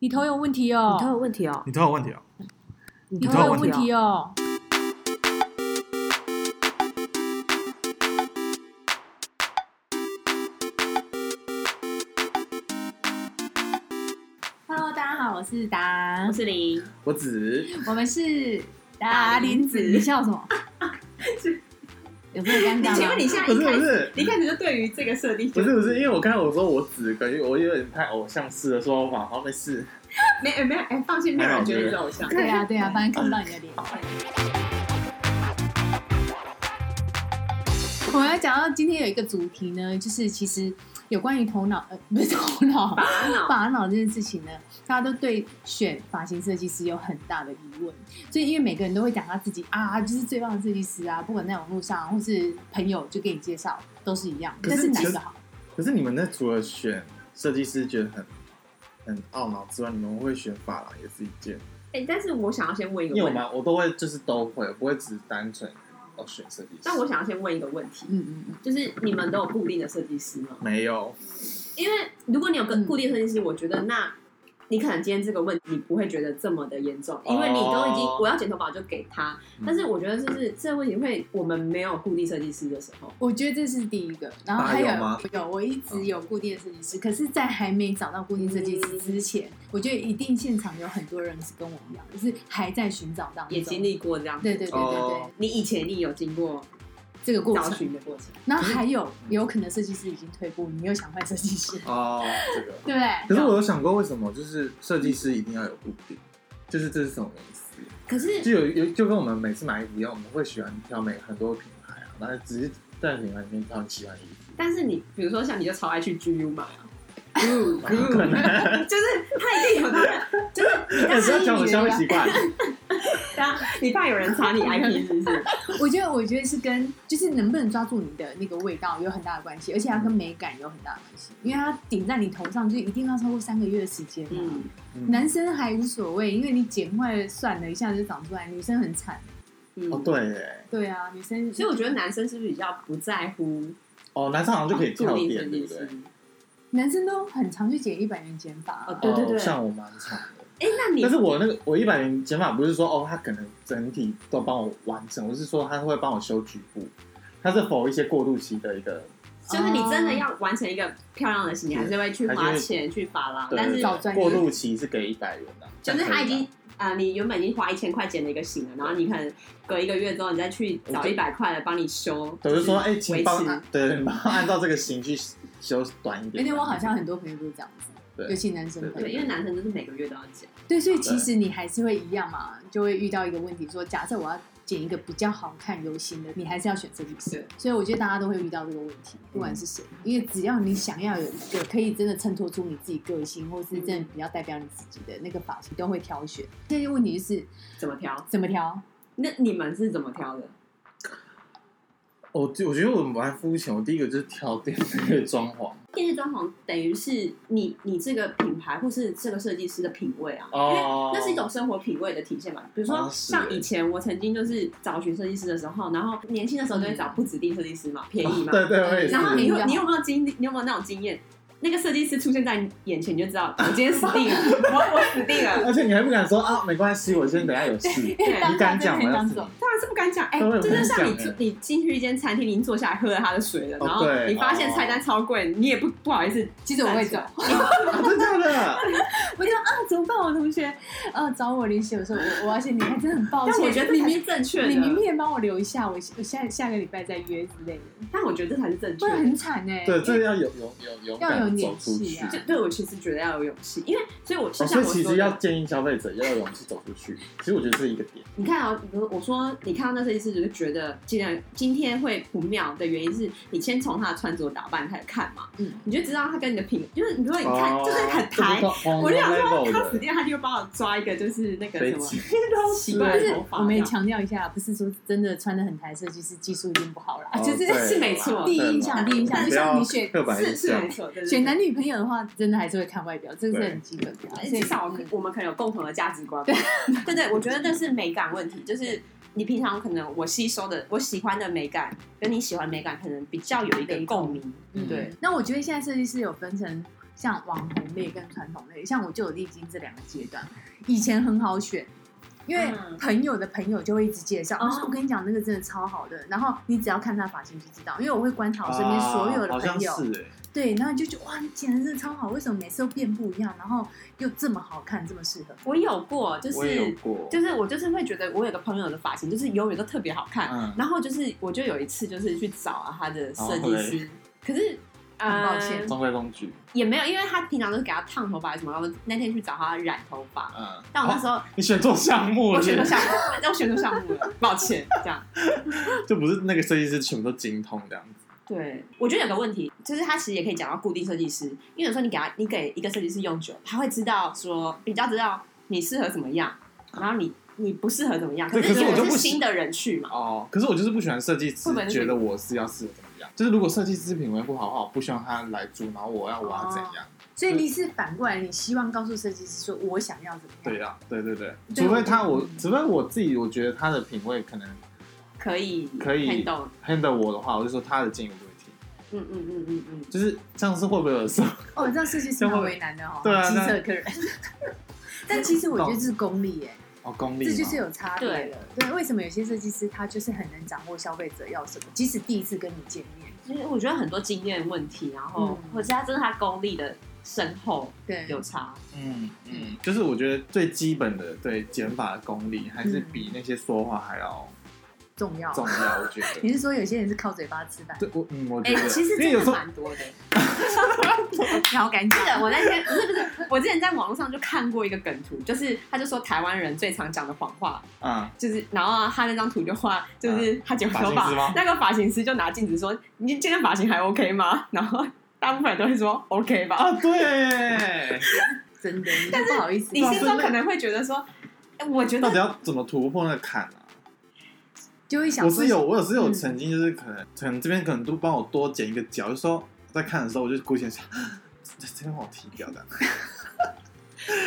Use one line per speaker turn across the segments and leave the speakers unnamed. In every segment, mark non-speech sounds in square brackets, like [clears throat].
你头有问题哦，
你头有问题哦，
你头有问题啊？
你
你
头
头有
有
问题
哦。
哦。Hello，大家好，我是达
我，是林，
我只
我们是达林子。你笑 [laughs] 什么？有没有尴尬吗？
请问你现在
不
一
是不
开始，
是
你一开始就对于这个设定
不
就是
不是，因为我刚才我说我只感觉我有点太偶像式的说法，好没事。
没哎没有哎，放心，没有人觉得你是偶像。
对啊，对啊，反正看不到你的脸。我们要讲到今天有一个主题呢，就是其实有关于头脑，呃，不是头脑，
烦恼，
发脑这件事情呢，大家都对选发型设计师有很大的疑问，所以因为每个人都会讲他自己啊，就是最棒的设计师啊，不管在网络上或是朋友就给你介绍，都是一样。
可
但
是
是哪
其
一
实
个好？
可是你们那除了选设计师觉得很很懊恼之外，你们会选发廊也是一件，
哎，但是我想要先问一
你
个
有
问题，
吗？我都会就是都会，不会只单纯哦选设计师。
但我想要先问一个问题，
嗯嗯嗯，
就是你们都有固定的设计师吗？
没有，
因为如果你有个
嗯
固定设计师，我觉得那你可能今天这个问题不会觉得这么的严重，因为你都已经
哦
我要剪头发我就给他。
嗯
但是我觉得就是这个问题会，我们没有固定设计师的时候，
我觉得这是第一个。然后
大
还
家
有
有吗嗯
有，我一直有固定的设计师，可是，在还没找到固定设计师
嗯
之前，我觉得一定现场有很多人是跟我一样，就是还在寻找当中。
也经历过这样。
对对对对对，
哦
你以前你有经过
这个过
找
程。
寻的过程，
然后还
嗯
有有可能设计师已经退步，你又想换设计师，
哦，这个。
对不对？
可是我有想过，为什么就是设计师一定要有固定，就是这是什么意思？
可是
就有有就跟我们每次买衣服一样，我们会喜欢挑每很多品牌啊，然后只是在品牌里面挑你喜欢的衣服。
但是你比如说像你就超爱去 GU 买啊，
可能，
就是他一定有他的，就是你
那是要讲我
[laughs]
消费习惯。
当你怕有人查你 IP 是不是？
[laughs] 我觉得，我觉得是跟就是能不能抓住你的那个味道有很大的关系，而且它
嗯
跟美感有很大的关系，因为它顶在你头上就一定要超过三个月的时间、啊。
嗯，
嗯，
男生还无所谓，因为你剪坏了算了，一下就长出来。女生很惨，
嗯
哦，对耶，
对啊，女生。
所以我觉得男生是不是比较不在乎
哦，男生好像就可以
固
跳
定设
点，对
计
不对
师？？
男生都很常去剪一百元剪发、
哦对
哦
对对
像我蛮长的。
哎，那你
但是我那个我一百元减法不是说哦，他可能整体都帮我完成，我是说他会帮我修局部，他是否一些过渡期的一个
就是你真的要完成一个漂亮的型，你还是会去花
还是
钱去发廊，
哦对
但是
找专业
过渡期是给一百元的，
就是他已经
这样可以吧
啊、呃你原本已经花一千块剪了一个型了，然后你可能隔一个月之后，你再去找一百块的帮你修，
我就说哎，
是
请
维
帮
持。
对，你帮我按照这个型去修短一
而
点。
且我好像很多朋友都是这样子，
对
尤其男生朋
对，
友。
因为男生就是每个月都要剪，
对，所以其实你还是会一样嘛，就会遇到一个问题说，假设我要剪一个比较好看、流行的，你还是要选设计师
对。嗯
所以我觉得大家都会遇到这个问题，不管是谁，因为只要你想要有一个可以真的衬托出你自己个性，或是
嗯
真的比较代表你自己的那个发型，都会挑选。这些问题就是
怎么挑？
怎么挑？
那你们是怎么挑的？
我哦我觉得我蛮肤浅，我第一个就是挑店内的装潢
电视装潢等于是你你这个品牌或是这个设计师的品味啊，因为
哦，
那是一种生活品味的体现吧。比如说，
啊是
像以前我曾经就是找寻设计师的时候，然后年轻的时候都会找不指定设计师嘛，便宜嘛。
哦对对，我也是
然后
是
你有
嗯
你有没有经历？你有没有那种经验？那个设计师出现在你眼前，你就知道我今天死定了，我我死定了。
而且你还不敢说啊，没关系，我先等一
[laughs]
下有事。
因为
对
当下
你
真
敢
的
讲
很
吗
想走。
当然是不敢讲，哎、
对我也
这
不
就
敢
像你
讲哎
你进去一间餐厅，你坐下来喝了他的水了，
哦
然后
对
你发现菜单超贵，你也不不好意思。
其实我会走
站，
啊真的假的？
我就说啊， [laughs] 怎么办？我同学呃找我联系，我说我我要先离开，真的很抱
但
歉。
我觉得
你
这才
明
是正确的，
你名片帮我留一下，我我下下个礼拜再约之类的，
但我觉得这才是正
不
确
然
的。
很惨哎、
对，这要有有有勇
要有
敢走
勇
出
气
去
啊。
就对我其实觉得要有勇气，因为所以我就
哦
像
所
我
以
说
其
的
实要建议消费者要有勇气走出去。其实我觉得这是一个点，
你看啊、比如我说你看到那设计师，就是觉得今天今天会不妙的原因是你先从他的穿着打扮开始看嘛，
嗯
你就知道他跟你的品，就是你如果你看、
哦
就是很台，我
我
就想说他死
的。
定了，他就帮我抓一个就是那个
飞
什么
机
奇怪
就
的
是
头
我
发这样，
们也强调一下，不是说真的穿的很台设计师技术一定不好啦，[laughs]
哦
就是
对
是没错
第一印象，第一印象就
不
像
要
你选
刻板印
是是
象
没。错，对对
选
对。
男女朋友的话，真的还是会看外表，这个是
对
很基本的啊。
哎
所以
至少我们我们可能有共同的价值观，对对对，我觉得这是美感问题，就是你平常可能我吸收的我喜欢的美感跟你喜欢的美感可能比较有一个共鸣，
嗯
对
那我觉得现在设计师有分成像网红类跟传统类，像我就有历经这两个阶段。以前很好选，因为
嗯
朋友的朋友就会一直介绍，
哦
他说我跟你讲那个真的超好的，然后你只要看他发型就知道，因为我会观察我身边所有的
好
朋
像
友，
是哎，
对，然后你就觉得哇，你剪的真的超好，为什么每次都变不一样，然后又这么好看，这么适合？
我有过，就
我也
是
有过，
就是我就是会觉得我有个朋友的发型就是永远都特别好看，
嗯哦
然后就是我就有一次就是去找啊他的设计师，可是。
很抱歉
呃，
中规中矩，
也没有，因为他平常都是给他烫头发什么，然后那天去找他染头发，
嗯，
但我那时
哦
候、
你选错项目
我
了，
选择项目，我选择项目了，抱歉，这样。
就不是那个设计师全部都精通这样子，
对，我觉得有个问题，就是他其实也可以讲到固定设计师，因为有时候你给他，你给一个设计师用久，他会知道说比较知道你适合怎么样，然后你你不适合怎么样。
对
是
可是我就
你
不
是
喜
新的人去嘛，
哦，可是我就是不喜欢设计师
会不会，是
觉得我是要适合怎么样？就是如果设计师品味不好的话，我不希望他来租，然后我要我要怎
哦
样？
所以你是反过来，你希望告诉设计师说我想要怎么样？
对呀、对对对，
对
除非他
我
我，除非我自己，我觉得他的品味可能
可以
可以
handle，
handle 我的话，我就说他的建议我不会听。
嗯嗯嗯嗯嗯，
就是这样是会不会有时候？
哦，这样设计师蛮为难的哦，
对啊
机
那
测客人。 [laughs] 但其实我觉得这是功力耶，
哦， [laughs] 功力
这
吗
就是有差别
对
了。对，为什么有些设计师他就是很能掌握消费者要什么，即使第一次跟你见面，
其实我觉得很多经验问题，然后、
嗯
或者是他真的他功力的深厚有
对，
差，
嗯嗯，就是我觉得最基本的对减法的功力，还是比那些说话还要
重要。
重要。我觉
你
[laughs]
得，
是说有些人是靠嘴巴吃饭？
对我嗯，我觉
哎、
得，
其实
因为
真
有时
的
候
蛮 [laughs] 多的。
然后赶紧
记得我那天不是不是，我之前在网络上就看过一个梗图，就是他就说台湾人最常讲的谎话
嗯，
就是，然后啊他那张图的话，就是他剪头
发型师
发
吗，
那个发型师就拿镜子说：“你今天发型还 OK 吗？” [laughs] 然后大部分人都会说 “OK 吧
啊，对， [laughs]
真的，你就不好意”。思
你
告诉，
心中可能会觉得说：“哎，我觉
到
得
底要怎么突破那个坎啊？
就会想
我
说
是有，我有是有
嗯
曾经就是可能可能这边可能都帮我多剪一个角，就说在看的时候我就故意想，这这边帮我剃掉的，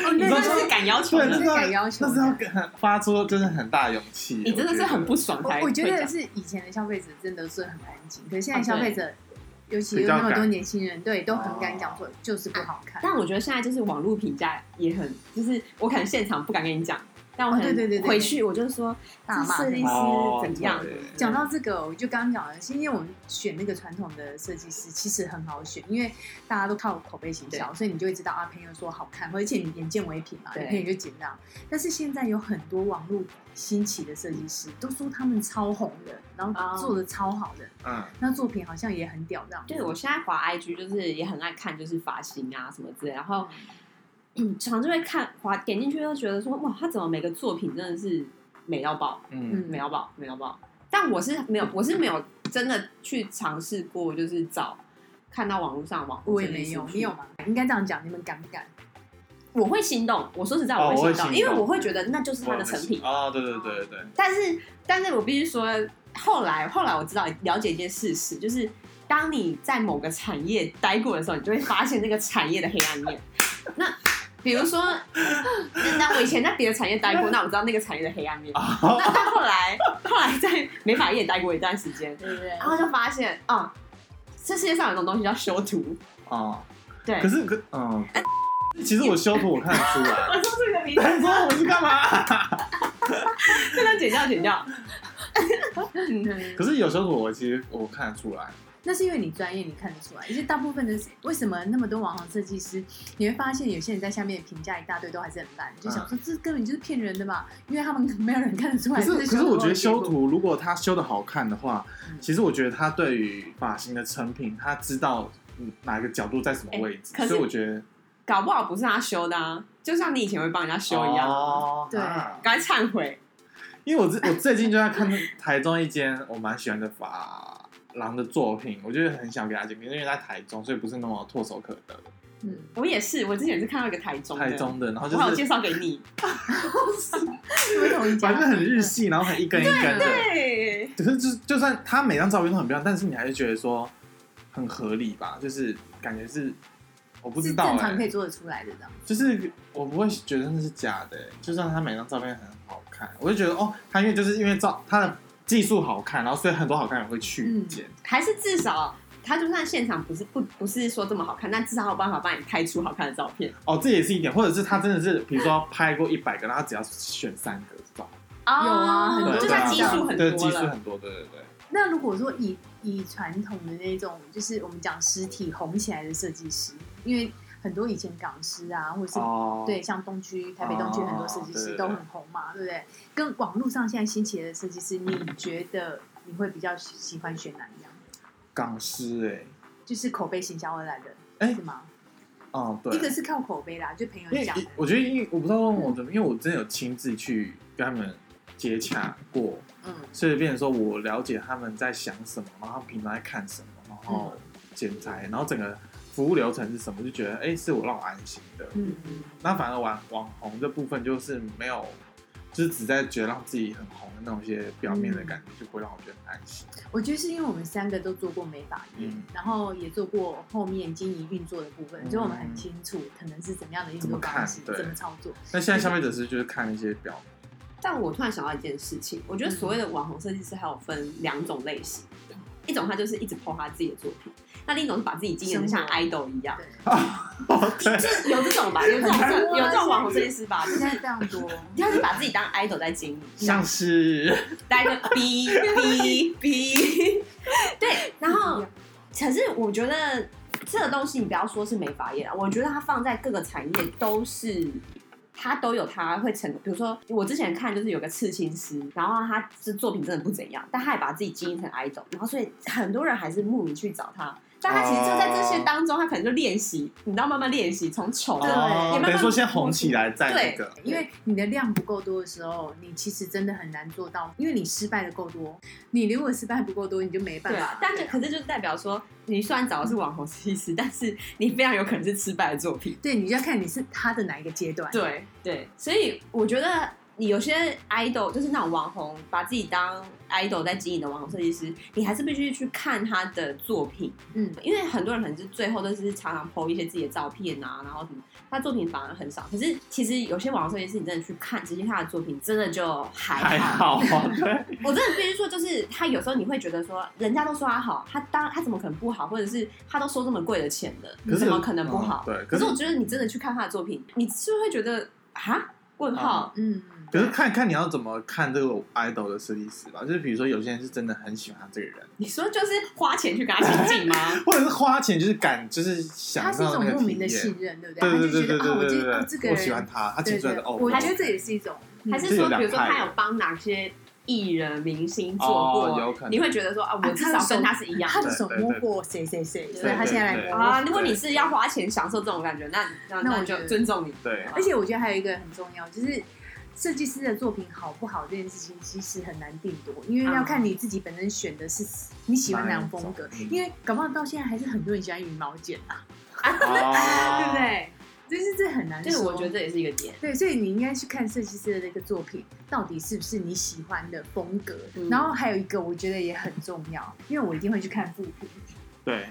哦，那
你真的
那
是
是
敢要求
对，
你
那
是
的，
是要
敢要求的
那是要跟发出就是很大的勇气，
你真的是
哦
很不爽才
我我觉
会
得
讲
是以前的消费者真的是很安静，可是现在
啊对
消费者，尤其有
哦比较
那么多
敢
年轻人，对，都很敢
哦
讲说就是不好看。
但我觉得现在就是网络评价也很，就是我可能现场不敢跟你讲，但我可
哦对对对
能
对
回去我就说
大骂
这设
对
计师
哦
怎样
对
讲到这个，哦我就刚刚讲了，是因为我们选那个传统的设计师其实很好选，因为大家都靠口碑行销，所以你就会知道啊，朋友说好看，而且你眼见为凭嘛，
对
你朋友就尽量。但是现在有很多网络兴起的设计师，都说他们超红的，然
哦
后做的超好的，
嗯，
那作品好像也很屌这样。
对，我现在滑 IG 就是也很爱看，就是发型啊什么之类，然后嗯，常就会看滑点进去，就觉得说哇，他怎么每个作品真的是美到爆，
嗯
美到爆，美到爆。但我是没有，我是没有真的去尝试过，就是找看到网络上网红
我也
设计
没
师
有，
去
你有吗？应该这样讲，你们敢不敢？
我会心动。我说实在，
哦
我
我
会
会
心动，
心
因为
动
我会觉得那就是他的成品。
啊，哦对对对对对，
但是，但是我必须说，后来后来我知道了解一件事实，就是当你在某个产业待过的时候，你就会发现那个产业的黑暗面。
[laughs]
那比如说，那那我以前在别的产业待过，那我知道那个产业的黑暗面。
啊，
那到后来，后来在美发业待过一段时间，
对不对
然后就发现，啊、这世界上有种东西叫修图。
哦，
对，哎
可是可嗯，其实我修图我看得出
[laughs]
来，
我说出你的名字，
但是我是干嘛？
这段剪掉剪掉。
嗯
可是有修图我其实我看得出来，
那是因为你专业，你看得出来。因为大部分的为什么那么多网红设计师，你会发现有些人在下面评价一大堆都还是很烂，就想说这根本就是骗人的嘛，因为他们 [laughs] 没有人看得出来。
嗯可是可
这
是我觉得
修图后
修
的结果，
图如果他修的好看的话
嗯，
其实我觉得他对于发型的成品，他知道嗯哪个角度在什么位置
哎可，是
所以我觉得
搞不好不是他修的啊，就像你以前会帮人家修一样。
哦
对
啊
赶快忏悔。
因为我最我最近就在看台中一间我蛮喜欢的法郎的作品，我就是很想给他见面，因为在台中，所以不是那么唾手可得。
嗯，
我也是，我之前也是看到一个台中的，
台中的，然后
我还有
就
介
是
绍给你。
因为同一
反正
家。
很日系，然后很一根一根的。
对，
可是就是就算他每张照片都很漂亮，但是你还是觉得说很合理吧？就是感觉是我不
是
知道
正
哎、
常可以做得出来的，这样
就是我不会觉得那是假的、欸，就算他每张照片很好看，我就觉得哦，他因为就是因为照他的技术好看，然后所以很多好看人会去
嗯
剪。
还是至少他就算现场不是不不是说这么好看，但至少他有办法帮你拍出好看的照片
哦，这也是一点，或者是他真的是，比如说拍过一百个，然后他只要选三个这种，
啊
有
很
啊，
多
就
对
是
对
他
啊
基数很
对
多
技术
了。
很多，对对对。
那如果说以以传统的那种，就是我们讲实体红起来的设计师，因为很多以前港师啊，或者是、
哦，
对像东区、台北东区
哦
很多设计
对
师
对
都很红嘛，对不对？跟网络上现在兴起的设计师，你觉得你会比较喜喜欢选哪一样？
港师哎、
就是口碑行销而来的，
哎
是吗？
哦对，
一个是靠口碑啦，就朋
因
友
为
讲
一，我觉得，因为我不知道问我怎么，因为我真的有亲自去跟他们接洽过，
嗯，
所以变成说我了解他们在想什么，然后他们平常在看什么，然后
嗯
剪裁，然后整个服务流程是什么，就觉得哎、是我让我安心的。
嗯
那反而网网红这部分就是没有，就是只在觉得让自己很红的那种一些表面
嗯
的感觉，就不会让我觉得很安心。
我觉得是因为我们三个都做过美发业，
嗯
然后也做过后面经营运作的部分，
嗯
所以我们很清楚可能是怎么样的运作方式，
怎么看对
怎么操作。
那现在消费者是就是看一些表面，
但我突然想到一件事情，我觉得所谓的网红设计师还有分两种类型，一种他就是一直 po 他自己的作品，那另一种是把自己经营的像
生活
idol 一样，
对，
哦
对，
有这种吧，有这种
很
[laughs]
多啊
有这种网红设计师吧，就 [laughs]
现
是
在非常
[laughs]
多，
他是把自己当 idol 在经营，
[laughs] 像是
带个 [laughs] B B B，对， [laughs] 然后可是我觉得这个东西你不要说是美发业啦，啊我觉得它放在各个产业都是。它都有它会成，比如说我之前看就是有个刺青师，然后他这作品真的不怎样，但他也把自己经营成 idol，然后所以很多人还是慕名去找他，但他其实就在这些当中，他可能就练习，你知道慢慢练习，从丑
对
哦
也慢慢
等于说先红起来再那个，
因为你的量不够多的时候，你其实真的很难做到，因为你失败的够多，你如果失败不够多，你就没办
对
法
啊，。但是可是就是代表说，你虽然找的是网红设计师，但是你非常有可能是失败的作品。
对，你就要看你是他的哪一个阶段。
对对，所以我觉得有些 idol 就是那种网红，把自己当 idol 在经营的网红设计师，你还是必须去看他的作品，
嗯，
因为很多人可能是最后都是常常 PO 一些自己的照片啊，然后什么，他作品反而很少。可是其实有些网红设计师，你真的去看直接他的作品，真的就
还好啊，对，
我真的必须说，就是他有时候你会觉得说，人家都说他好，他当他怎么可能不好，或者是他都收这么贵的钱了，你
可是
怎么可能不好？
嗯
可
对，可
是
是
我觉得你真的去看他的作品，你是不是会觉得啊？问号？
嗯，
可是看看你要怎么看这个 idol 的设计师吧，就是比如说有些人是真的很喜欢这个人，
你说就是花钱去跟他亲
[laughs]
近吗？
或者是花钱就是感就是
他
享
是一
受
种
那个
莫
体
名的
验
信，任，对不
对
他
对
就
对
觉
对对
得哦，我
对
今
对
天哦这个
对，我喜欢
人，
他，他
对
青
对
春的，哦，
我
好
觉得这也是一种，嗯
还是
这有
说，
两
比如说
派
他有帮哪些艺人、明星做过，
哦有可能
你会觉得说啊，我
啊
至
他的
少
手
跟他是一样
他
的
的手摸过谁谁谁，
对
所以他现在来摸我。
啊。如果你是要花钱享受这种感觉，那那
那我
那
觉
就
得
尊重你。
[laughs]
对哦
而且我觉得还有一个很重要，就是设计师的作品好不好这件事情，其实很难定夺，因为要
啊
看你自己本身选的是你喜欢哪种风格
哪一种。嗯
因为搞不好到现在还是很多人喜欢羽毛剪啊，
对
哦
不对？
就是这很难
对，
说。
我觉得这也是一个点。
对，所以你应该去看设计师的那个作品，到底是不是你喜欢的风格。
嗯
然后还有一个，我觉得也很重要，因为我一定会去看复评。
对，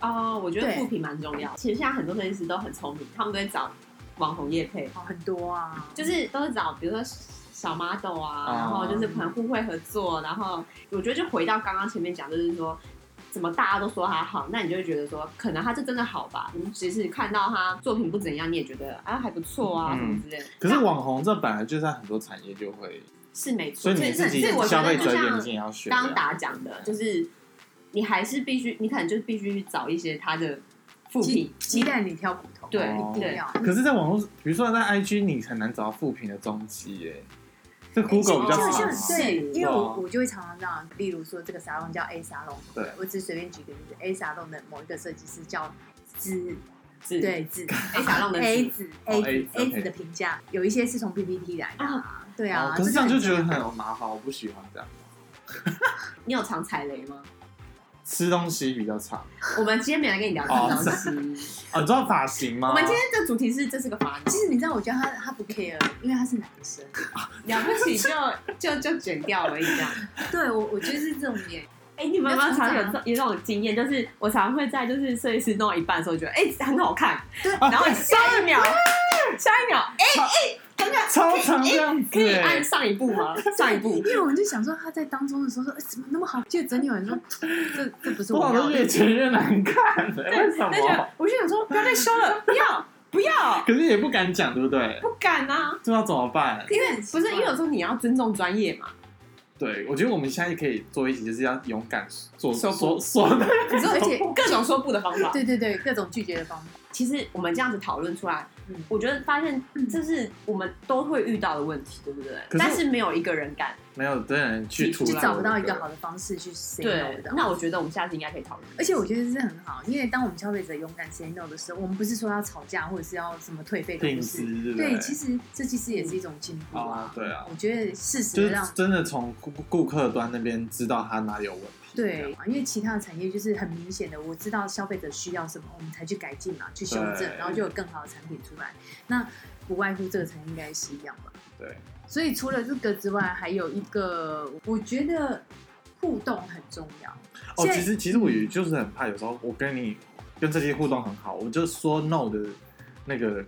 哦，我觉得
对
复评蛮重要。其实现在很多设计师都很聪明，他们都会找网红业配，
哦，很多啊，
就是都是找比如说小 model 啊，
啊
然后就是可能互惠合作，然后我觉得就回到刚刚前面讲，就是说。怎么大家都说他好，那你就会觉得说，可能他是真的好吧？你即使看到他作品不怎样，你也觉得啊还不错啊、
嗯
什么之类的。
可是
那
网红这本来就在很多产业就会，
是没
所
错，
以你自己
所以我觉
消
得
费
就
者眼
像
睛也要学啊。
刚达讲的，就是你还是必须，你可能就是必须找一些他的复
鸡
评，
鸡蛋里挑骨头，哦
对
一定
对
要。
可是，在网络，比如说在 IG，你很难找到复评的踪迹耶。这
就
Google 比
好
较
就
少
像
嘛。
对，
是
因为我
哇
我就会常常这样，例如说这个沙龙叫 A 沙龙，
对
我只随便举个例子，A 沙龙的某一个设计师叫子，
是
对哎子
A 沙龙的
A
子
子
哦
A
，A
子
子
A 子
OK
的评价，有一些是从 PPT 来的啊，对
哦
啊，
可是这样
个
就觉得
重要
很哦麻烦，我不喜欢这样。
你有常踩雷吗？
吃东西比较长
我们今天没来跟你聊这个东西。
啊，你知道发型吗？
我们今
哦
天的主题是这是个法
其
其实
实你知道，我觉得他他不 care，因为他是男生。
了不起就就就剪掉而已这样。
[laughs] 对我，我觉得是这种点。
[laughs] 哎、你们有没有常有
那
这有这种经验？就是我常会在就是设计师弄到一半的时候，觉得哎、
啊
很好看，
对
[laughs] 然后下一秒，下一秒哎、
超长的，这样子
可以
哎
按，上一步吗？ [laughs] 上一步
因。为我们就想说他在当中的时候说哎怎么那么好，就整理完说这这不是
我
我
好
要
像越
的，
剪越难看了，为什
那就
么？
我就想说，不要再修了，不要不要，
可是也不敢讲，对不对？
不敢啊！
这要怎么办？
因为不是因为有时候你要尊重专业嘛。
对，我觉得我们现在可以做一集，就是要勇敢说
说
说
不
说说的。
可是而且
各种说不的方法。
对对对各种拒绝的方法，
其实我们这样子讨论出来，
嗯
我觉得发现这是我们都会遇到的问题，对不对？
可是
但是没有一个人敢
没有真人去
提出
吐，
就
来
找不到一个好。的方式去 say no
对
的。。
那我觉得我们下次应该可以讨论。
而且我觉得这是很好，因为当我们消费者勇敢 say no 的时候，我们不是说要吵架或者是要什么退费都
定
不
制
是。，
对不
对，
对？
其实这其实也是一种进步
啊
啊，。
对啊，
我觉得适时
就
的
是
让
真的从顾顾客端那边知道他哪里有问题。这
对
样，
因为其他的产业就是很明显的，我知道消费者需要什么，我们才去改进嘛，去修正，
对
然后就有更好的产品出来。那不外乎这个产业应该是一样吧。
对，
所以除了这个之外，还有一个，我觉得互动很重要。
哦，
现在
其实其实我也就是很怕，有时候我跟你跟这些互动很好，我就说 no 的那个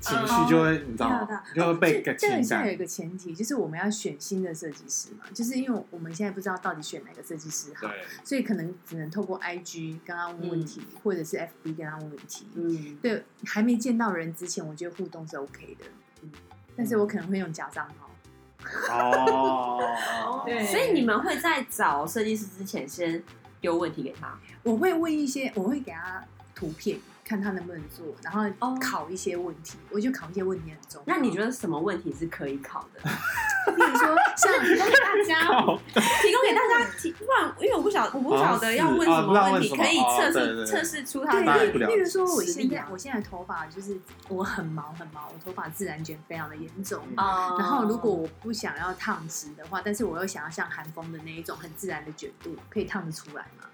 情绪
哦
就会，你知道吗？就会
这
被感
这个
情
现在有一
感。
个前提，就是我们要选新的设计师嘛，就是因为我们现在不知道到底选哪个设计师好，
对，嗯
所以可能只能透过 IG 跟他问问题，或者是 FB 跟他问问题。
嗯，
对，还没见到人之前，我觉得互动是 OK 的，嗯，但是我可能会用假账号，，
哦
对，
对
所以你们会在找设计师之前先丢问题给他，
我会问一些，我会给他图片，看他能不能做，然后
哦
考一些问题，我觉得考一些问题很重要。
那你觉得什么问题是可以考的？
比如说像
提供给大家，
好
提供给大家，提不然因为我不晓我不晓得要问什
哦是哦
么问题，
不知道
可
问
以
什么
测
哦
试
对对对
测试出他
对，
大家
的
也不
例
了解
例如说，我
实
现
力
在
啊
我现在头发就是我很毛很毛，我头发自然卷非常的严重。
嗯
哦
然后，如果我不想要烫直的话，但是我又想要像韩风的那一种很自然的卷度，可以烫得出来吗？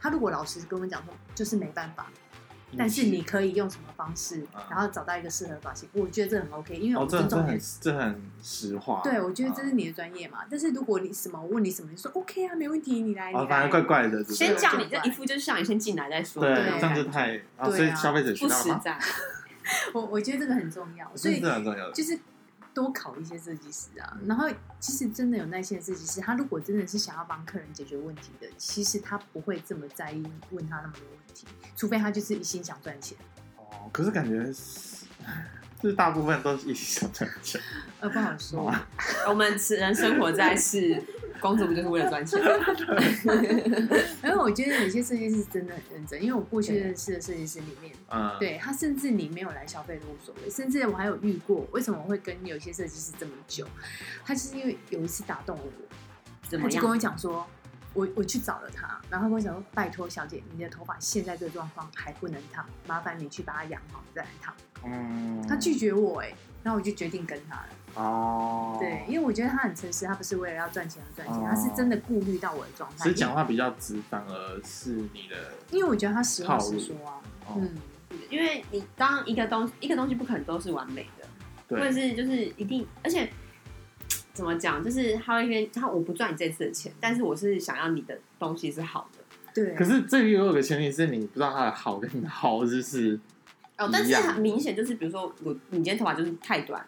他如果老实跟我讲说，就是没办法， [laughs] 但是你可以用什么方式
嗯，
然后找到一个适合的发型，我觉得这很 OK，因为我
哦，这
尊
这
重你
很
的。
这很实话。
对，我觉得这是
啊
你的专业嘛。但是如果你什么我问你什么，你说 OK 啊，没问题，你来，你
哦，反
来
正。怪怪的，对
先
不对
叫你这一副就是像你先进来再说，
对，
对
这样就太啊，所
对
以
啊
消费者
不
学到
实
了吗？
在。
我我觉得这个很重要，所
这
以
是很重要的。
就是多考一些设计师啊。然后其实真的有耐心的设计师，他如果真的是想要帮客人解决问题的，其实他不会这么在意你问他那么多问题，除非他就是一心想赚钱，
哦，可是感觉是， [laughs] 就是大部分都是一起想赚钱。
呃，不好
[laughs]
说。
哦
我们只能生活在是 [laughs] 公主，不就是为了赚钱？
然后我觉得有些设计师真的很认真，因为我过去认识的设计师里面。
嗯，
对他，甚至你没有来消费都无所谓。甚至我还有遇过，为什么我会跟有些设计师这么久？他就是因为有一次打动了我，
[laughs] 怎
他
么
就跟
样？
我讲说，我我去找了他，然后他跟我讲说，拜托小姐，你的头发现在这个状况还不能烫，麻烦你去把它养好再来烫。
嗯，
他拒绝我哎、然后我就决定跟他了。
哦，
对，因为我觉得他很诚实，他不是为了要赚钱而赚钱，
哦
他是真的顾虑到我的状态。
只是讲话比较直，反而是你的
因为，因为我觉得他实话
套
实
路
说啊，
哦
嗯，
因为你当一个东一个东西不可能都是完美的，或者
对，
是就是一定，而且怎么讲，就是他会跟他我不赚你这次的钱，但是我是想要你的东西是好的。
对。
可是这里有个前提是你不知道他的好跟好，就是
哦，但
一
是
样
很明显就是，比如说我你今天头发就是太短，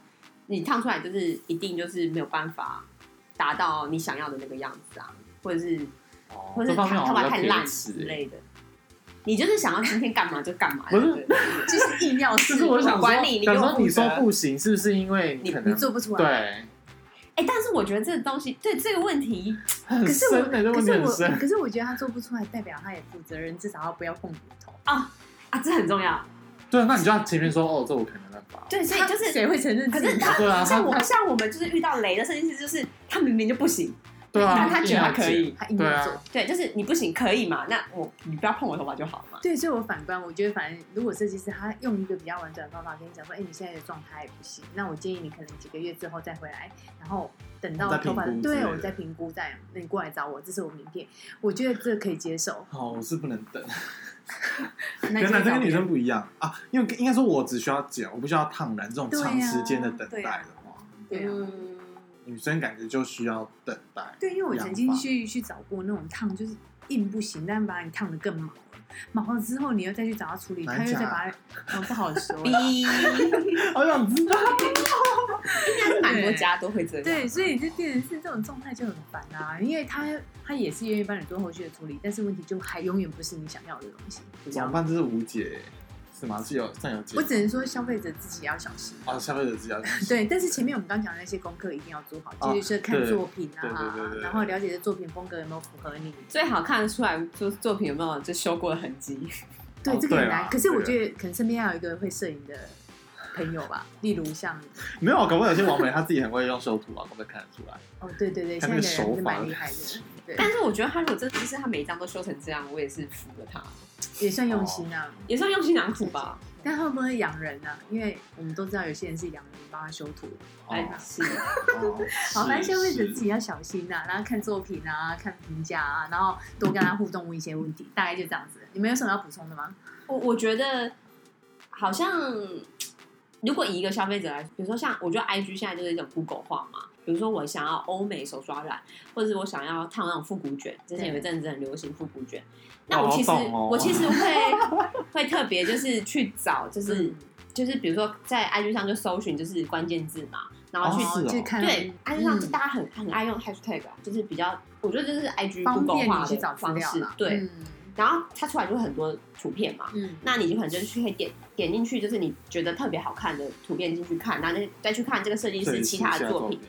你烫出来就是一定就是没有办法达到你想要的那个样子啊，或者是
哦
或者
这
是
方面
头
好
发
像
太
比较
烂
铁齿
之。类的。你就是想要今天干嘛就干
[laughs]
嘛，
不是
对对对
就是硬要
就
试，
是我想说
管理你，
想
给我
说你
负责
说不行，是不是因为
你
可能
你做不出来。
对
哎、但是我觉得这个东西，对这个问题，
很
可是我，
深的这
可
问题
是
很
我，
深，
可是我觉得他做不出来，代表他也负责任，至少他不要碰骨头。
啊，这很重要。
对，那你就要前面说哦，这我可能没办法，
对，所以就是，
谁会承认
可
自己
是他
对啊
像我像我们就是遇到雷的设计师，就是他明明就不行，
对啊，
但他觉得他
硬要
可以
剪，
他硬
对
要
啊
做？
对，就是你不行可以嘛？那我你不要碰我头发就好嘛。
对，所以我反观，我觉得反正如果设计师他用一个比较婉转的方法跟你讲说，哎、你现在的状态不行，那我建议你可能几个月之后再回来，然后等到
再
头发
评估之类
对
的
我再评估再，那你过来找我，这是我名片，我觉得这可以接受。
好，我哦是不能等。
那
跟
就
男
找
生跟女
别人
生不一样啊，因为应该说我只需要剪，我不需要烫染这种长时间的等待
对啊
的话，
对啊。
嗯，
女生感觉就需要等待。
对，因为我曾经
养发
去去找过那种烫，就是硬不行，但把你烫的更毛了。毛了之后，你又再去找他处理，
难
他又再哦
讲 [laughs]
[laughs] 把它，嗯，不好说啦。
哦
逼，应
好想知道，
该是蛮很多家都会这样。
对，所以就变成是这种状态就很烦啊，因为他他也是愿意帮你做后续的处理，但是问题就还永远不是你想要的东西。
怎么办？这是无解，欸是吗？是有算有解
我只能说消费者自己也要小心。
啊，消费者自己要
对，但是前面我们刚讲的那些功课一定要做好，
哦
就是看
对
作品啊
对对对对，对
然后了解这作品风格有没有符合你。
最好看得出来作作品有没有就修过的痕迹。
对，
哦
这个很
对啦
难。可是我
这个
觉得可能身边要有一个会摄影的朋友吧，例如像
[laughs] 没有，啊搞不好有些网美他自己很会用修图啊，我们看得出来。
哦，对对对，
他
现在的
那个
人
手
是
法
蛮厉害的， [laughs] 对，
但是我觉得他如果真的是他每一张都修成这样，我也是服了他，
也算用心啊。
哦
也算用心良苦吧。
但会不会养人啊？因为我们都知道有些人是养人，帮他修图。
哎，是， [laughs]
哦
好，反正消费者自。
是
己要小心呐、然后看作品啊，看评价啊，然后多跟他互动，问一些问题，大概就这样子。你们有什么要补充的吗？
我我觉得好像，如果以一个消费者来，比如说像我觉得 I G 现在就是一种 Google 化嘛，比如说我想要欧美手抓染，或者是我想要烫那种复古卷，之前有一阵子很流行复古
哦
卷，那我其实、
我好懂哦
我其实
[laughs]
会会特别就是去找，就是、
嗯
就是比如说在 I G 上就搜寻就是关键字嘛，然后去
哦是
去看
对，IG 上
嗯
大家很很爱用 hashtag，啊就是比较，我觉得这是 IG
方
Google
便
化
你去找
的
资
方
料
式
啦。。
对，
嗯
然后它出来就会很多图片嘛，
嗯，
那你就可能就是去可以点点进去，就是你觉得特别好看的图片进去看，然后再再去看这个设计
是
师其他的作品。，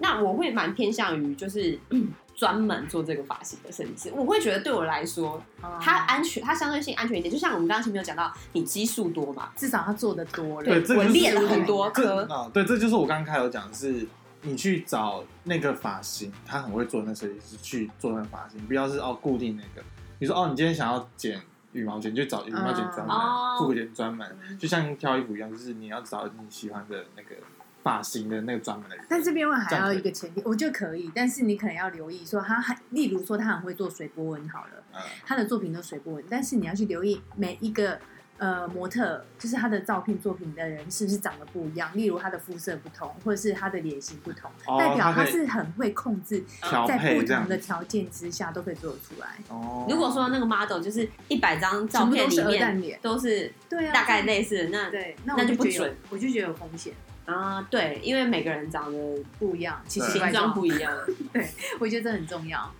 那我会蛮偏向于就是。 [clears throat] 嗯专门做这个发型的设计师，我会觉得对我来说，
哦
它安全，它相对性安全一点。就像我们刚刚前面有讲到，你基数多嘛，
至少他做的多了，
对，这
我
就是
练了很多
这
科，
啊，对，这就是我刚刚开头讲的是，你去找那个发型，他很会做那设计师去做那个发型，不要是哦固定那个。你说哦，你今天想要剪羽毛剪，就找羽毛剪专
哦
门，复古剪专门，
嗯
就像挑衣服一样，就是你要找你喜欢的那个发型的那个专门的人。
但这边我还
这样
要
可以
一个前提，我觉得可以，但是你可能要留意说他很，例如说他很会做水波纹好了，
嗯
他的作品都水波纹，但是你要去留意每一个呃模特，就是他的照片作品的人是不是长得不一样，例如他的肤色不同，或者是他的脸型不同，
哦
代表
他
他
可以
是很会控制，
调
在不
配这
同
样
的。条件之下都可以做得出来。
哦，
如果说那个 model 就是一百张照
全部
片
都
里
是鹅蛋
面
脸，
都是
对啊，
大概类似的，那
对，那
那
我
就不
觉得有
准，
我就觉得有风险，
啊、对，因为每个人长得
不一样，其实
对
形状不一样，
我觉得这很重要。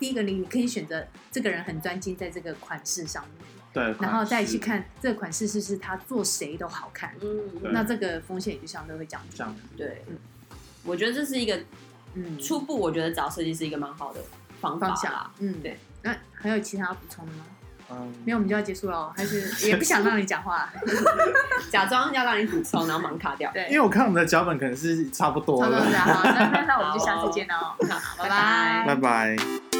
第一个，你你可以选择这个人很专精在这个款式上面，
对，
然后再去
是
看这个款式是不是他做谁都好看，
嗯，
对
那这个风险也就相对会降低
这。样子
对
嗯，
我觉得这是一个
嗯，
初步，我觉得找设计是一个蛮好的方法
方
啦
向。，嗯，
对。
那还有其他要补充的吗？
嗯，
没有，我们就要结束了，哦还是也不想让你讲话。
假装要让你补充，然后盲卡
[laughs]
掉。
对，
因为我看我们的脚本可能是差不多
差不多
了
这，样。好，那那那我们就下次见了哦，
好，
拜
拜拜
拜。
拜拜。